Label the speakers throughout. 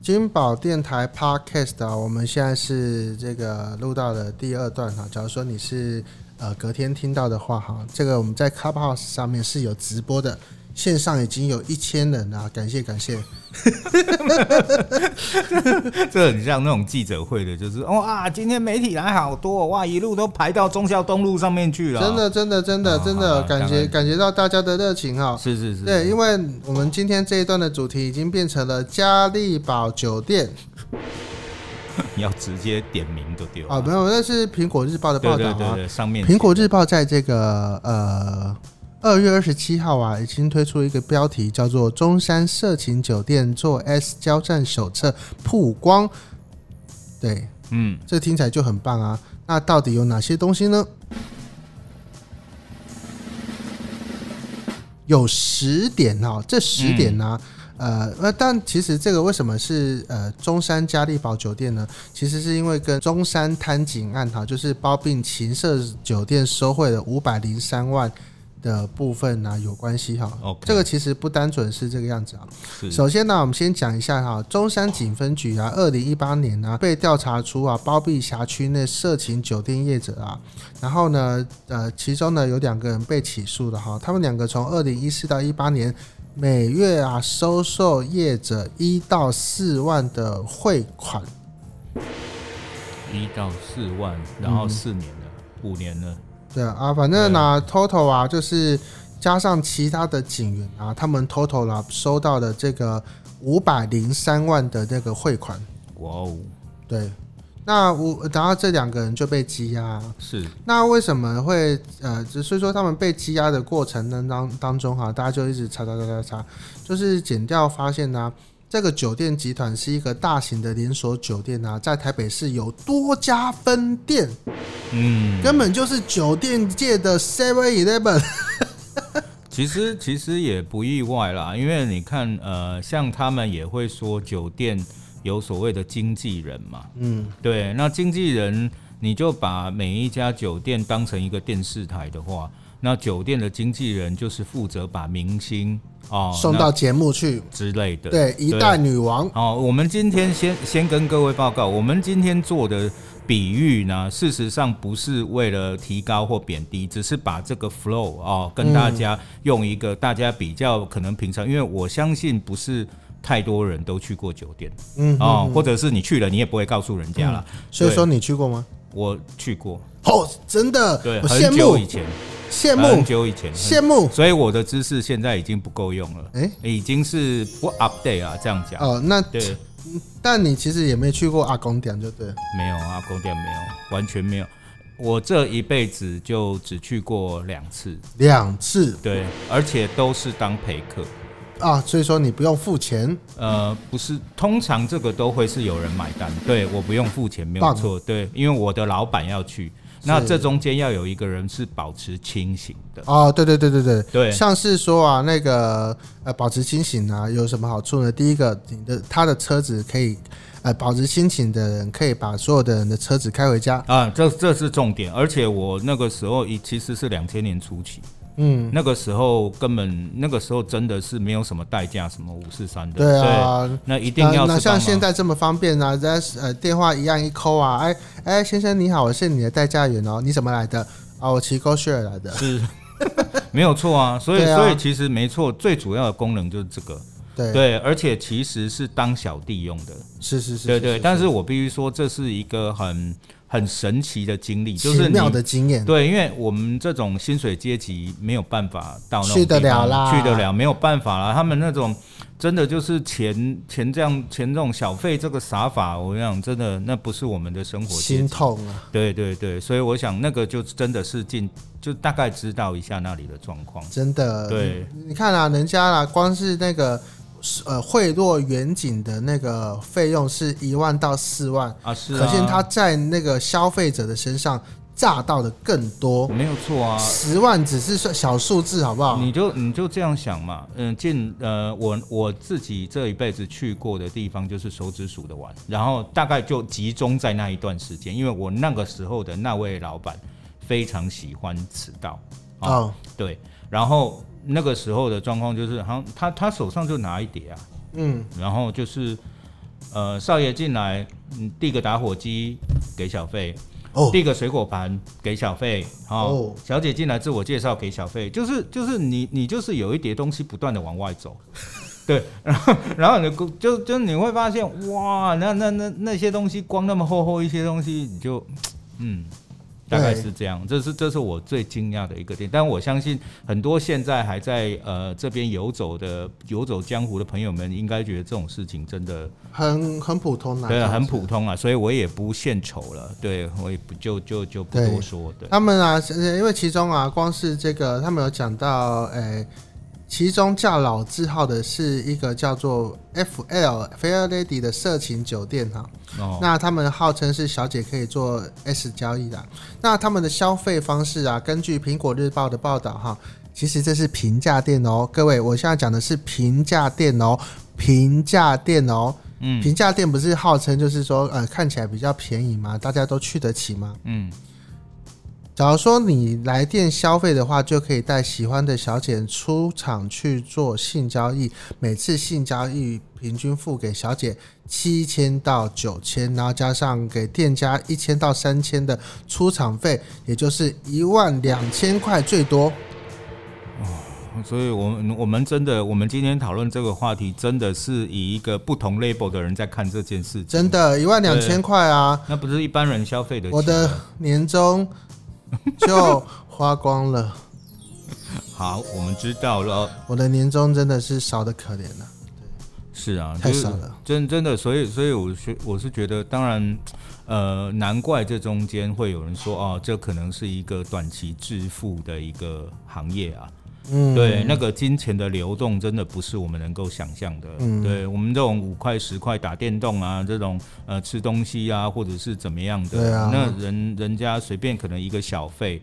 Speaker 1: 金宝电台 Podcast 啊，我们现在是这个录到的第二段哈。假如说你是呃隔天听到的话哈，这个我们在 Clubhouse 上面是有直播的，线上已经有一千人了，感谢感谢。
Speaker 2: 这很像那种记者会的，就是哦啊，今天媒体来好多、哇，一路都排到忠孝东路上面去了，
Speaker 1: 真的真的真的
Speaker 2: 啊
Speaker 1: 真
Speaker 2: 好
Speaker 1: 的
Speaker 2: 吧
Speaker 1: 感
Speaker 2: 当
Speaker 1: 觉
Speaker 2: 然
Speaker 1: 感觉到大家的热情哈。
Speaker 2: 是是是，
Speaker 1: 对，因为我们今天这一段的主题已经变成了嘉利宝酒店
Speaker 2: 你要直接点名就丢
Speaker 1: 啊，没有，那是苹果日报的
Speaker 2: 对
Speaker 1: 报道
Speaker 2: 对
Speaker 1: 啊。
Speaker 2: 对对，上面
Speaker 1: 苹果日报在这个呃二月二十七号啊，已经推出一个标题叫做《中山色情酒店做 S 交战手册曝光》，对，
Speaker 2: 嗯，
Speaker 1: 这听起来就很棒啊。那到底有哪些东西呢？有十点哈、这十点呢、
Speaker 2: 嗯
Speaker 1: 呃，那但其实这个为什么是呃中山嘉利堡酒店呢？其实是因为跟中山贪警案哈、就是包庇情色酒店收贿的五百零三万的部分呢、有关系哈、
Speaker 2: OK
Speaker 1: 这个其实不单纯是这个样子啊，
Speaker 2: 是
Speaker 1: 首先呢，我们先讲一下哈，中山警分局啊，二零一八年呢、被调查出啊包庇辖区内色情酒店业者啊，然后呢，呃，其中呢有两个人被起诉的哈，他们两个从二零一四到一八年每月啊收受业者一到四万的汇款，
Speaker 2: 一到四万，然后四年了，五年了，
Speaker 1: 对啊，反正呢、total 啊就是加上其他的警员啊，他们 total 啊收到了这个五百零三万的那个汇款。
Speaker 2: 哇哦，
Speaker 1: 对，那我然后这两个人就被羁押。
Speaker 2: 是
Speaker 1: 那为什么会呃，只是说他们被羁押的过程当当当中哈、大家就一直查查查查查，就是检调发现呢、这个酒店集团是一个大型的连锁酒店啊，在台北市有多家分店，
Speaker 2: 嗯，
Speaker 1: 根本就是酒店界的 Seven Eleven。
Speaker 2: 其实其实也不意外啦，因为你看，呃，像他们也会说酒店有所谓的经纪人嘛，
Speaker 1: 嗯，
Speaker 2: 对，那经纪人你就把每一家酒店当成一个电视台的话，那酒店的经纪人就是负责把明星哦
Speaker 1: 送到节目去
Speaker 2: 那，之类的，
Speaker 1: 对，一代女王。
Speaker 2: 好，我们今天先先跟各位报告，我们今天做的比喻呢，事实上不是为了提高或贬低，只是把这个 flow 哦，跟
Speaker 1: 嗯
Speaker 2: 大家用一个大家比较可能平常，因为我相信不是太多人都去过酒店
Speaker 1: 嗯，
Speaker 2: 哦，或者是你去了你也不会告诉人家啦。
Speaker 1: 所以
Speaker 2: 对
Speaker 1: 说你去过吗？
Speaker 2: 我去过，
Speaker 1: 哦，真的，
Speaker 2: 对，
Speaker 1: 我羡
Speaker 2: 很久以
Speaker 1: 慕，
Speaker 2: 前，
Speaker 1: 羡
Speaker 2: 很
Speaker 1: 慕，
Speaker 2: 久以前，
Speaker 1: 羡慕。
Speaker 2: 所以我的知识现在已经不够用了，
Speaker 1: 哎
Speaker 2: 已经是不 update 啊，这样讲，
Speaker 1: 哦，那
Speaker 2: 对。
Speaker 1: 但你其实也没去过阿公店，就对了。
Speaker 2: 没有阿公店没有，完全没有。我这一辈子就只去过两次，
Speaker 1: 两次
Speaker 2: 对，而且都是当陪客。
Speaker 1: 啊，所以说你不用付钱。
Speaker 2: 呃，不是，通常这个都会是有人买单，对我不用付钱，没有
Speaker 1: 棒
Speaker 2: 错，对，因为我的老板要去，那这中间要有一个人是保持清醒的，
Speaker 1: 哦，对对对对对，
Speaker 2: 对
Speaker 1: 像是说啊，那个呃，保持清醒啊，有什么好处呢？第一个，你的他的车子可以，呃，保持清醒的人可以把所有的人的车子开回家。
Speaker 2: 啊，这这是重点，而且我那个时候一其实是两千年初期，
Speaker 1: 嗯，
Speaker 2: 那个时候根本那个时候真的是没有什么代驾，什么五四三的，
Speaker 1: 对啊。
Speaker 2: 那一定
Speaker 1: 那
Speaker 2: 要
Speaker 1: 那
Speaker 2: 是
Speaker 1: 像
Speaker 2: 帮
Speaker 1: 现
Speaker 2: 忙
Speaker 1: 在这么方便啊，在呃电话一按一扣啊，哎哎先生你好，我是你的代驾员哦，你怎么来的？啊，我骑 GoShare 来的。
Speaker 2: 是，没有错啊。所以、
Speaker 1: 对啊
Speaker 2: 所以其实没错，最主要的功能就是这个，
Speaker 1: 对，
Speaker 2: 对，而且其实是当小弟用的，
Speaker 1: 是是是，
Speaker 2: 对
Speaker 1: 是
Speaker 2: 对。但是我必须说，这是一个很很神奇的经历，就是
Speaker 1: 奇
Speaker 2: 你
Speaker 1: 妙的经验。
Speaker 2: 对，因为我们这种薪水阶级没有办法到那种
Speaker 1: 去得
Speaker 2: 地方
Speaker 1: 了啦
Speaker 2: 去得了没有办法啦。他们那种真的就是钱钱这样钱这种小费这个傻法，我想真的那不是我们的生活阶
Speaker 1: 心
Speaker 2: 级。
Speaker 1: 痛啊！
Speaker 2: 对对对，所以我想那个就真的是进，就大概知道一下那里的状况。
Speaker 1: 真的。
Speaker 2: 对
Speaker 1: 你，你看啊，人家啊，光是那个呃贿赂远景的那个费用是一万到四万，
Speaker 2: 啊，是啊，
Speaker 1: 可见他在那个消费者的身上诈到的更多。
Speaker 2: 没有错啊。
Speaker 1: 十万只是算小数字，好不好？
Speaker 2: 你就你就这样想嘛，嗯，进呃，我我自己这一辈子去过的地方就是手指数的玩，然后大概就集中在那一段时间，因为我那个时候的那位老板非常喜欢迟到，啊，
Speaker 1: 哦，
Speaker 2: 对，然后那个时候的状况就是，好像他他手上就拿一叠啊，
Speaker 1: 嗯，
Speaker 2: 然后就是呃，少爷进来，嗯，递个打火机给小费，
Speaker 1: 哦，
Speaker 2: 递个水果盘给小费，哦
Speaker 1: 哦，
Speaker 2: 小姐进来自我介绍给小费，就是就是你你就是有一叠东西不断的往外走， 对，然后然后你就就就你会发现哇，那那那那些东西光那么厚厚一些东西，你就嗯。大概是这样，这是这是我最惊讶的一个点，但我相信很多现在还在呃这边游走的游走江湖的朋友们，应该觉得这种事情真的
Speaker 1: 很很普通啦，
Speaker 2: 对，
Speaker 1: 这样
Speaker 2: 很
Speaker 1: 子
Speaker 2: 普通啊，所以我也不献丑了，对我也不就就就不
Speaker 1: 对
Speaker 2: 多说，对，
Speaker 1: 他们啊，是因为其中啊，光是这个他们有讲到，诶、其中叫老字号的是一个叫做 F L Fair Lady 的色情酒店哈、
Speaker 2: 哦，
Speaker 1: 那他们号称是小姐可以做 S 交易的，那他们的消费方式啊，根据苹果日报的报道哈，其实这是平价店哦，各位，我现在讲的是平价店哦，平价店哦，
Speaker 2: 嗯
Speaker 1: 平价店不是号称就是说呃看起来比较便宜吗？大家都去得起吗？
Speaker 2: 嗯，
Speaker 1: 假如说你来店消费的话，就可以带喜欢的小姐出场去做性交易，每次性交易平均付给小姐七千到九千，然后加上给店家一千到三千的出场费，也就是一万两千块最多。
Speaker 2: 所以我们我们真的，我们今天讨论这个话题，真的是以一个不同 label 的人在看这件事情，
Speaker 1: 真，的，一万两千块啊！
Speaker 2: 那不是一般人消费的，
Speaker 1: 我的年终就花光了，
Speaker 2: 好，我们知道了。
Speaker 1: 我的年终真的是少的可怜啊了、
Speaker 2: 是啊，
Speaker 1: 太
Speaker 2: 就是
Speaker 1: 少了
Speaker 2: 真真的，所以所以我是我是觉得，当然，呃，难怪这中间会有人说，哦，这可能是一个短期致富的一个行业啊。
Speaker 1: 嗯，
Speaker 2: 对，那个金钱的流动真的不是我们能够想象的。
Speaker 1: 嗯
Speaker 2: 对我们这种五块十块打电动啊，这种呃吃东西啊，或者是怎么样的，
Speaker 1: 对啊
Speaker 2: 那人人家随便可能一个小费，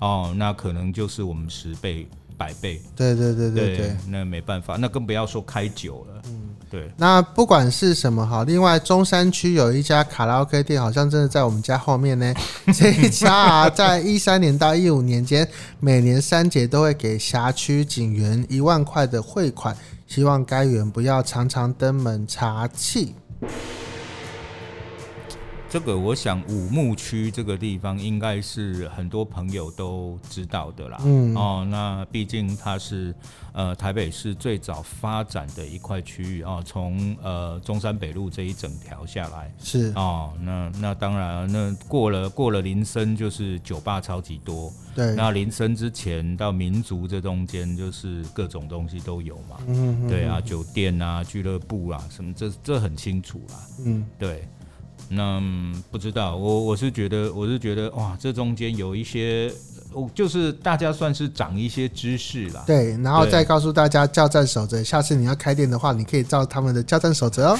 Speaker 2: 哦，那可能就是我们十倍、百倍。
Speaker 1: 对对对对对。
Speaker 2: 那没办法，那更不要说开酒了。嗯，对。
Speaker 1: 那不管是什么哈，另外中山区有一家卡拉 OK 店，好像真的在我们家后面呢。这一家啊，在一三年到一五年间，每年三节都会给辖区警员一万块的汇款，希望该员不要常常登门查气。
Speaker 2: 这个我想五牧区这个地方应该是很多朋友都知道的啦。
Speaker 1: 嗯
Speaker 2: 哦，那毕竟它是呃台北市最早发展的一块区域哦，从呃中山北路这一整条下来。
Speaker 1: 是，
Speaker 2: 哦，那那当然，那过了过了林森就是酒吧超级多，
Speaker 1: 对，
Speaker 2: 那林森之前到民族这中间就是各种东西都有嘛，
Speaker 1: 嗯，
Speaker 2: 对啊，酒店啊、俱乐部啊什么，这这很清楚啦。
Speaker 1: 嗯，
Speaker 2: 对，那嗯不知道，我我是觉得，我是觉得，哇，这中间有一些，哦，就是大家算是长一些知识啦。
Speaker 1: 对，然后
Speaker 2: 对
Speaker 1: 再告诉大家叫战守则，下次你要开店的话，你可以照他们的叫战守则哦。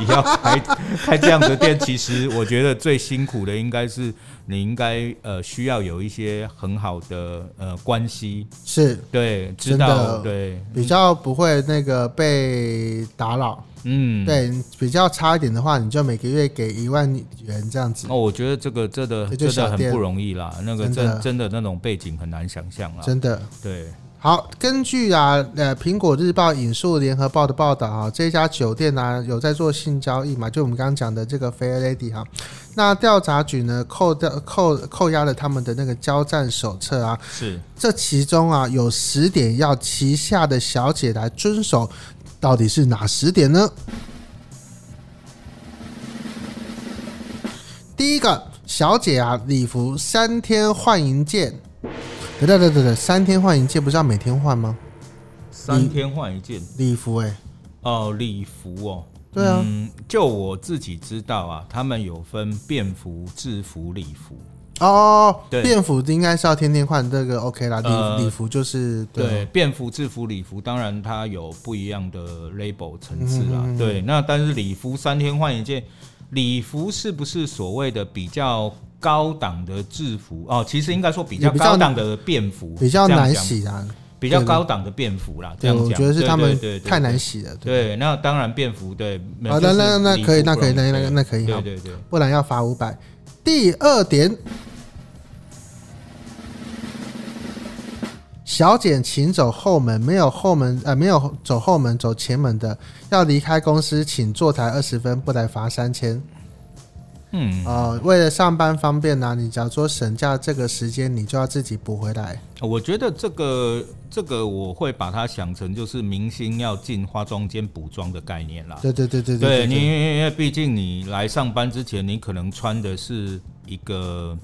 Speaker 2: 你要开开这样的店，其实我觉得最辛苦的应该是你应该呃需要有一些很好的呃关系，
Speaker 1: 是，
Speaker 2: 对，知
Speaker 1: 真的
Speaker 2: 道，对，
Speaker 1: 比较不会那个被打扰。
Speaker 2: 嗯，。
Speaker 1: 对比较差一点的话，你就每个月给一万元这样子，
Speaker 2: 哦，我觉得这个真的
Speaker 1: 这就
Speaker 2: 真的
Speaker 1: 小
Speaker 2: 很
Speaker 1: 店
Speaker 2: 不容易啦，那个
Speaker 1: 真
Speaker 2: 真
Speaker 1: 的
Speaker 2: 真的那种背景很难想象啦。
Speaker 1: 真的。
Speaker 2: 对，
Speaker 1: 好，根据啊，呃，《苹果日报》引述《联合报》的报道啊，这家酒店呢、有在做性交易嘛？就我们刚刚讲的这个 Fair Lady 哈、那调查局呢扣掉扣扣押了他们的那个交战手册啊，
Speaker 2: 是
Speaker 1: 这其中啊有十点要旗下的小姐来遵守，到底是哪十点呢？第一个，小姐啊，礼服三天换一件。等等等等等，三天换一件，不是要每天换吗？
Speaker 2: 三天换一件。
Speaker 1: 礼服哎、
Speaker 2: 哦，礼服哦。
Speaker 1: 对啊
Speaker 2: 嗯，就我自己知道啊，他们有分便服、制服、礼服。
Speaker 1: 哦，
Speaker 2: 对
Speaker 1: 便服应该是要天天换，这个 OK 啦。礼
Speaker 2: 呃
Speaker 1: 礼、服就是
Speaker 2: 对，便服、制服、礼服，当然它有不一样的 label 层次啦。
Speaker 1: 嗯
Speaker 2: 对，那但是礼服三天换一件，礼服是不是所谓的比较高档的制服？哦，其实应该说比较
Speaker 1: 也比较
Speaker 2: 高档的便服，
Speaker 1: 比较
Speaker 2: 这样
Speaker 1: 难
Speaker 2: 讲，
Speaker 1: 洗啊。
Speaker 2: 比较
Speaker 1: 对
Speaker 2: 高档的便服啦。
Speaker 1: 对，
Speaker 2: 这样讲，
Speaker 1: 我觉得是
Speaker 2: 对
Speaker 1: 他们
Speaker 2: 对对对
Speaker 1: 太难洗了。对，
Speaker 2: 对，那当然便服对。
Speaker 1: 好
Speaker 2: 就
Speaker 1: 的
Speaker 2: 是
Speaker 1: 那那
Speaker 2: 礼
Speaker 1: 可以
Speaker 2: 服
Speaker 1: 那可以
Speaker 2: 不容易
Speaker 1: 那那那可以
Speaker 2: 对
Speaker 1: 好
Speaker 2: 对对。
Speaker 1: 不然要罚五百。第二点，小姐请走后门，没有后门呃没有走后门走前门的，要离开公司请坐台二十分，不来罚三千。
Speaker 2: 嗯，
Speaker 1: 呃，为了上班方便呢、你假如说省假这个时间，你就要自己补回来。
Speaker 2: 我觉得这个这个我会把它想成就是明星要进化妆间补妆的概念啦。
Speaker 1: 对对对对对
Speaker 2: 对你，因为毕竟你来上班之前，你可能穿的是一个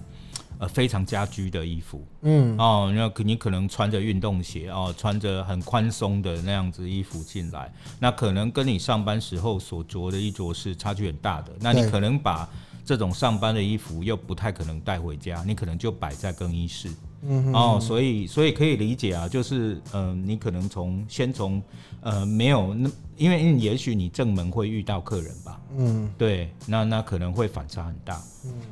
Speaker 2: 呃非常家居的衣服，
Speaker 1: 嗯，
Speaker 2: 哦，那可你可能穿着运动鞋哦，穿着很宽松的那样子衣服进来，那可能跟你上班时候所着的衣着是差距很大的。那你
Speaker 1: 对
Speaker 2: 可能把这种上班的衣服又不太可能带回家，你可能就摆在更衣室。嗯哦，所以所以可以理解啊，就是嗯、呃你可能从先从呃没有那，因为因为也许你正门会遇到客人吧，
Speaker 1: 嗯，
Speaker 2: 对，那那可能会反差很大。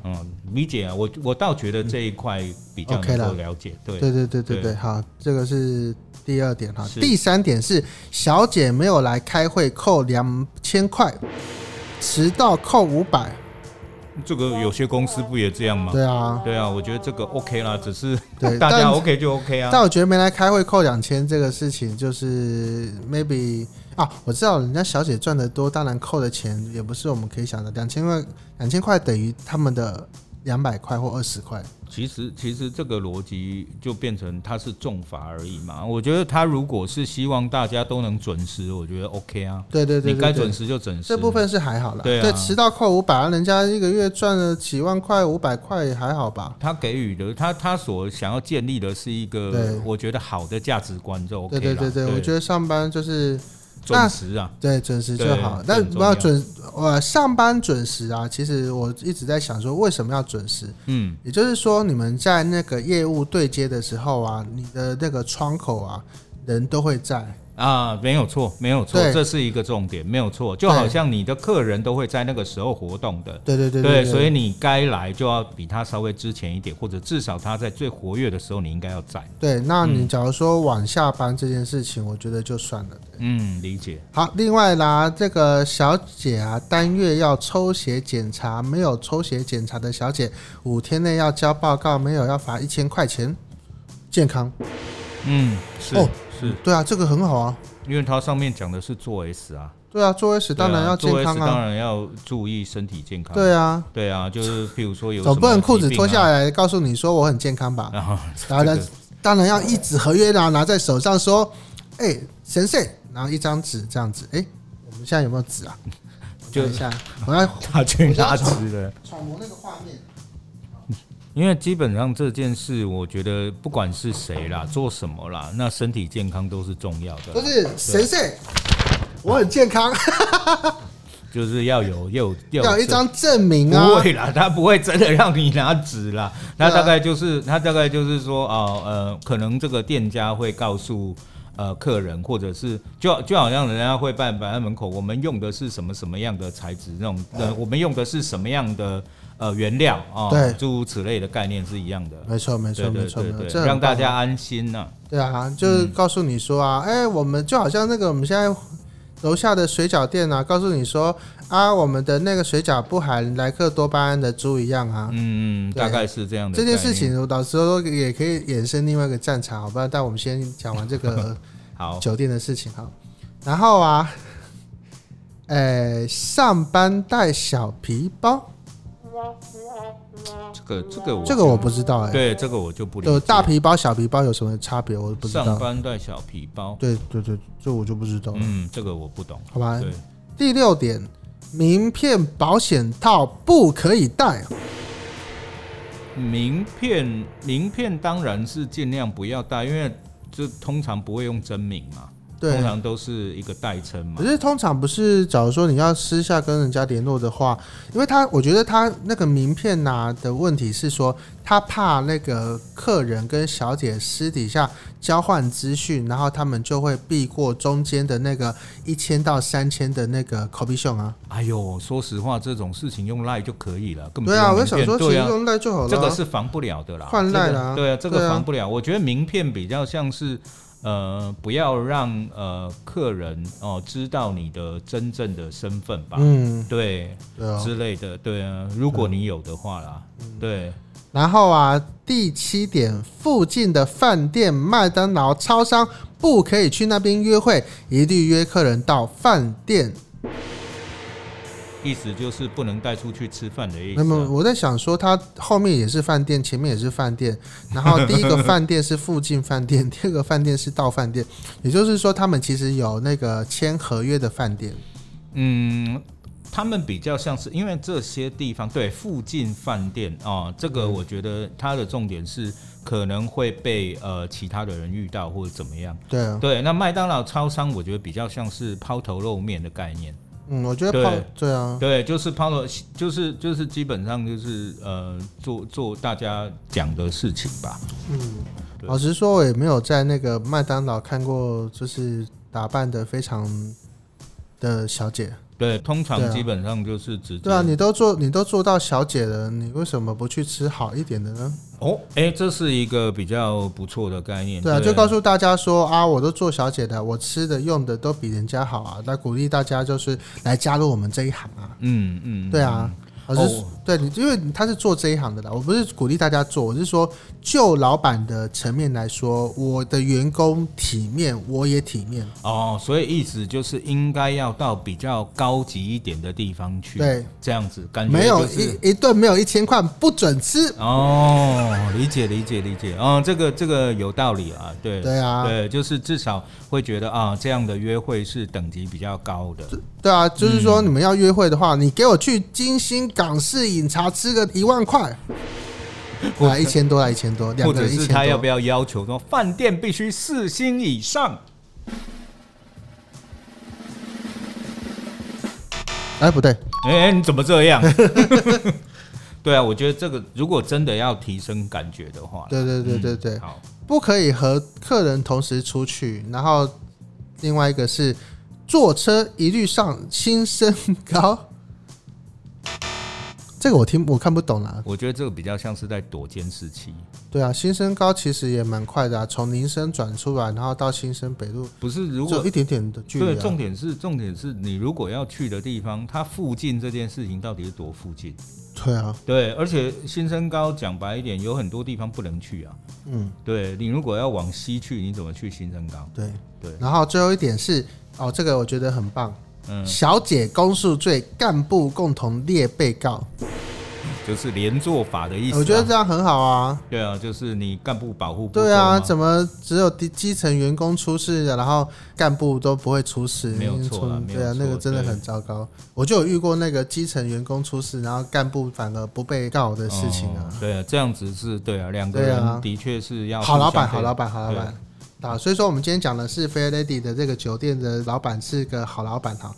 Speaker 2: 嗯，理解啊，我我倒觉得这一块比较
Speaker 1: 嗯 OK
Speaker 2: 能
Speaker 1: 啦
Speaker 2: 够了解。对，
Speaker 1: 对对对对
Speaker 2: 对
Speaker 1: 对，好，这个是第二点哈。
Speaker 2: 是
Speaker 1: 第三点是小姐没有来开会扣两千块，迟到扣五百。
Speaker 2: 这个有些公司不也这样吗？
Speaker 1: 对啊，
Speaker 2: 对啊，我觉得这个 OK 啦，只是
Speaker 1: 对
Speaker 2: 大
Speaker 1: 但
Speaker 2: 家 OK 就 OK 啊。
Speaker 1: 但我觉得没来开会扣两千这个事情，就是 maybe 啊，我知道人家小姐赚得多，当然扣的钱也不是我们可以想的，两千块两千块等于他们的两百块或二十块。
Speaker 2: 其实其实这个逻辑就变成他是重罚而已嘛。我觉得他如果是希望大家都能准时，我觉得 OK 啊。
Speaker 1: 对对对
Speaker 2: 你
Speaker 1: 对
Speaker 2: 该准
Speaker 1: 对。
Speaker 2: 时就准时。
Speaker 1: 这部分是还好啦，
Speaker 2: 对啊
Speaker 1: 迟到扣五百，人家一个月赚了几万块，五百块也还好吧？
Speaker 2: 他给予的，他他所想要建立的是一
Speaker 1: 对
Speaker 2: 个我觉得好的价值观就 OK
Speaker 1: 对
Speaker 2: 了。
Speaker 1: 对对对，我觉
Speaker 2: 得
Speaker 1: 得上班就是那
Speaker 2: 准时啊，
Speaker 1: 对准时就
Speaker 2: 对
Speaker 1: 好。
Speaker 2: 这
Speaker 1: 但
Speaker 2: 很
Speaker 1: 不
Speaker 2: 重
Speaker 1: 要
Speaker 2: 要
Speaker 1: 准，呃，上班准时啊。其实我一直在想说，为什么要准时？
Speaker 2: 嗯，
Speaker 1: 也就是说，你们在那个业务对接的时候啊，你的那个窗口啊，人都会在。
Speaker 2: 啊，没有错，没有错
Speaker 1: 对，
Speaker 2: 这是一个重点，没有错。就
Speaker 1: 对
Speaker 2: 好像你的客人都会在那个时候活动的，
Speaker 1: 对对对对，
Speaker 2: 所以你该来就要比他稍微之前一点，或者至少他在最活跃的时候你应该要在。
Speaker 1: 对。那
Speaker 2: 嗯
Speaker 1: 你假如说晚下班这件事情，我觉得就算了。
Speaker 2: 嗯，理解。
Speaker 1: 好，另外啦，这个小姐啊，单月要抽血检查，没有抽血检查的小姐，五天内要交报告，没有要罚一千块钱。健康，
Speaker 2: 嗯，是、
Speaker 1: 哦
Speaker 2: 是，
Speaker 1: 对啊，这个很好啊。
Speaker 2: 因为它上面讲的是做 S 啊，
Speaker 1: 对啊，做 S 当然要健康
Speaker 2: 做 S 当
Speaker 1: 啊。
Speaker 2: 然要注意身体健康。
Speaker 1: 对啊，
Speaker 2: 对啊，就是譬如说有
Speaker 1: 总不能裤子脱下
Speaker 2: 来，
Speaker 1: 来告诉你说我很健康吧？
Speaker 2: 啊然
Speaker 1: 然后
Speaker 2: 后啊这
Speaker 1: 呢
Speaker 2: 个，
Speaker 1: 当然要一纸合约啦，拿在手上说，哎，神圣，然后一张纸这样子，哎，我们现在有没有 纸啊？
Speaker 2: 就
Speaker 1: 就一下，我要
Speaker 2: 他去拉直 了。
Speaker 1: 揣摩那个画面。
Speaker 2: 因为基本上这件事，我觉得不管是谁啦，做什么啦，那身体健康都是重要的
Speaker 1: 就
Speaker 2: 啦，
Speaker 1: 是神圣，我很健康，
Speaker 2: 就是要有又 又
Speaker 1: 要有一张证明啊
Speaker 2: 不。会啦，他不会真的让你拿纸 啦。
Speaker 1: 对啊
Speaker 2: 他大概就是他大概就是说哦呃，可能这个店家会告诉呃客人，或者是就就好像人家会摆摆在门口，我们用的是什么什么样的材质，那种呃我们用的是什么样的呃原料啊，哦
Speaker 1: 对
Speaker 2: 诸如此类的概念是一样的。
Speaker 1: 没错，没错，
Speaker 2: 对
Speaker 1: 没
Speaker 2: 对
Speaker 1: 错，
Speaker 2: 对
Speaker 1: 没
Speaker 2: 对
Speaker 1: 错，
Speaker 2: 让大家嗯安心呐、
Speaker 1: 对啊，就是告诉你说啊，哎、我们就好像那个我们现在楼下的水饺店啊，告诉你说啊，我们的那个水饺不含莱克多巴胺的猪一样啊。
Speaker 2: 嗯，
Speaker 1: 对
Speaker 2: 大概是这样的概
Speaker 1: 这
Speaker 2: 念。
Speaker 1: 件事情，老实说也可以衍生另外一个战场，好吧？但我们先讲完这个
Speaker 2: 好，
Speaker 1: 酒店的事情哈。然后啊，呃，上班带小皮包，
Speaker 2: 哦这个这个我
Speaker 1: 这个我不知道哎、
Speaker 2: 对这个我就不理
Speaker 1: 有
Speaker 2: 解。
Speaker 1: 呃大皮包、小皮包有什么差别？我不知
Speaker 2: 上
Speaker 1: 道。
Speaker 2: 班带小皮包，
Speaker 1: 对对对，这我就不知道了。
Speaker 2: 嗯，这个我不懂。
Speaker 1: 好吧。
Speaker 2: 对。
Speaker 1: 第六点，名片、保险套不可以啊带。
Speaker 2: 名片，名片当然是尽量不要带，因为这通常不会用真名嘛，通
Speaker 1: 对，
Speaker 2: 常都是一个代称嘛
Speaker 1: 可。是通常不是，假如说你要私下跟人家联络的话，因为他我觉得他那个名片拿、的问题是说，他怕那个客人跟小姐私底下交换资讯，然后他们就会避过中间的那个一千到三千的那个 copy 秀啊。
Speaker 2: 哎呦，说实话，这种事情用赖就可以了，根本不
Speaker 1: 对啊，我
Speaker 2: 用
Speaker 1: 就
Speaker 2: 名
Speaker 1: 想
Speaker 2: 片
Speaker 1: 说，其实
Speaker 2: 对啊，
Speaker 1: 用赖就好了啊。
Speaker 2: 这个是防不了的啦，
Speaker 1: 换赖啦
Speaker 2: 这个对啊，这
Speaker 1: 对
Speaker 2: 个
Speaker 1: 啊
Speaker 2: 防不了。我觉得名片比较像是。呃，不要让呃客人哦、知道你的真正的身份吧，
Speaker 1: 嗯，
Speaker 2: 对
Speaker 1: 对啊。嗯
Speaker 2: 之类的，对啊，如果你有的话啦，对，
Speaker 1: 然后啊，第七点，附近的饭店、麦当劳、超商不可以去那边约会，一律约客人到饭店。
Speaker 2: 意思就是不能带出去吃饭的意思
Speaker 1: 那
Speaker 2: 啊、
Speaker 1: 么我在想说，它后面也是饭店，前面也是饭店，然后第一个饭店是附近饭店，第二个饭店是到饭店，也就是说，他们其实有那个签合约的饭店。
Speaker 2: 嗯，他们比较像是因为这些地方对附近饭店啊、哦这个我觉得它的重点是可能会被呃其他的人遇到或者怎么样。
Speaker 1: 对啊，
Speaker 2: 对，那麦当劳超商我觉得比较像是抛头露面的概念。
Speaker 1: 嗯，我觉得
Speaker 2: 对
Speaker 1: 泡对啊，
Speaker 2: 对，就是抛头，就是就是基本上就是呃做做大家讲的事情吧。对
Speaker 1: 老实说，我也没有在那个麦当劳看过，就是打扮的非常的小姐。
Speaker 2: 对，通
Speaker 1: 对啊
Speaker 2: 常基本上就是直接。
Speaker 1: 对啊，你都做你都做到小姐了，你为什么不去吃好一点的呢？
Speaker 2: 哦，哎，这是一个比较不错的概念。
Speaker 1: 对啊，就告诉大家说啊，我都做小姐的，我吃的用的都比人家好啊。那鼓励大家就是来加入我们这一行啊。
Speaker 2: 嗯嗯，
Speaker 1: 对啊，老师、
Speaker 2: 哦
Speaker 1: 对你，因为你他是做这一行的啦，我不是鼓励大家做，我是说就老板的层面来说，我的员工体面，我也体面。
Speaker 2: 哦，所以意思就是应该要到比较高级一点的地方去，
Speaker 1: 对，
Speaker 2: 这样子感觉
Speaker 1: 没有
Speaker 2: 就是
Speaker 1: 一一顿没有一千块不准吃。
Speaker 2: 哦，理解理解理解，哦，这个这个有道理啊，对
Speaker 1: 对啊，
Speaker 2: 对，就是至少会觉得啊，这样的约会是等级比较高的，
Speaker 1: 对啊，就是
Speaker 2: 嗯
Speaker 1: 说你们要约会的话，你给我去金星港式饮茶吃个一万块，啊，一千多啊，一千多，两
Speaker 2: 或
Speaker 1: 个
Speaker 2: 者
Speaker 1: 人一
Speaker 2: 是
Speaker 1: 千
Speaker 2: 他要
Speaker 1: 多
Speaker 2: 不。要要求说饭店必须四星以上？
Speaker 1: 哎，不对，
Speaker 2: 哎、你怎么这样？ 对啊，我觉得这个如果真的要提升感觉的话，
Speaker 1: 对对对
Speaker 2: 嗯
Speaker 1: 对对
Speaker 2: 好，
Speaker 1: 不可以和客人同时出去。然后另外一个是坐车一律上新身高， 这个我听我看不懂啦。
Speaker 2: 我觉得这个比较像是在躲监视器。
Speaker 1: 对啊，新生高其实也蛮快的啊，从林森转出来，然后到新生北路，
Speaker 2: 不是，如
Speaker 1: 就
Speaker 2: 果
Speaker 1: 一点点的距
Speaker 2: 对，
Speaker 1: 离、啊。
Speaker 2: 重点是重点是你如果要去的地方，它附近这件事情到底是多附近？
Speaker 1: 对啊，
Speaker 2: 对，而且新生高讲白一点，有很多地方不能去啊。
Speaker 1: 嗯，
Speaker 2: 对你如果要往西去，你怎么去新生高？
Speaker 1: 对
Speaker 2: 对
Speaker 1: 然后最后一点是哦，这个我觉得很棒，
Speaker 2: 嗯，
Speaker 1: 小姐公诉罪，干部共同列被告，
Speaker 2: 就是连坐法的意思啊、
Speaker 1: 我觉得这样很好啊。
Speaker 2: 对啊，就是你干部保护不
Speaker 1: 对
Speaker 2: 够
Speaker 1: 啊，
Speaker 2: 嘛
Speaker 1: 怎么只有低基层员工出事的，然后干部都不会出事？
Speaker 2: 没有错啦
Speaker 1: 嗯
Speaker 2: 没有
Speaker 1: 对啊，
Speaker 2: 错
Speaker 1: 那个真的很糟糕。我就有遇过那个基层员工出事，然后干部反而不被告的事情啊
Speaker 2: 哦。对啊，这样子是对啊，两个
Speaker 1: 对啊
Speaker 2: 人的确是要
Speaker 1: 好老板，
Speaker 2: 互相配
Speaker 1: 好老板，好老板。啊，所以说我们今天讲的是 Fair Lady 的这个酒店的老板是个好 老板哈，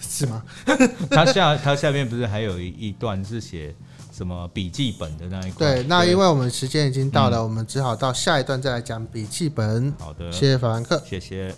Speaker 1: 是吗？
Speaker 2: 他下他下面不是还有一一段是写什么笔记本的那一块？
Speaker 1: 对，那因为我们时
Speaker 2: 嗯
Speaker 1: 间已经到了，我们只好到下一段再来讲笔记本。
Speaker 2: 好的，
Speaker 1: 谢谢法兰克。
Speaker 2: 谢谢。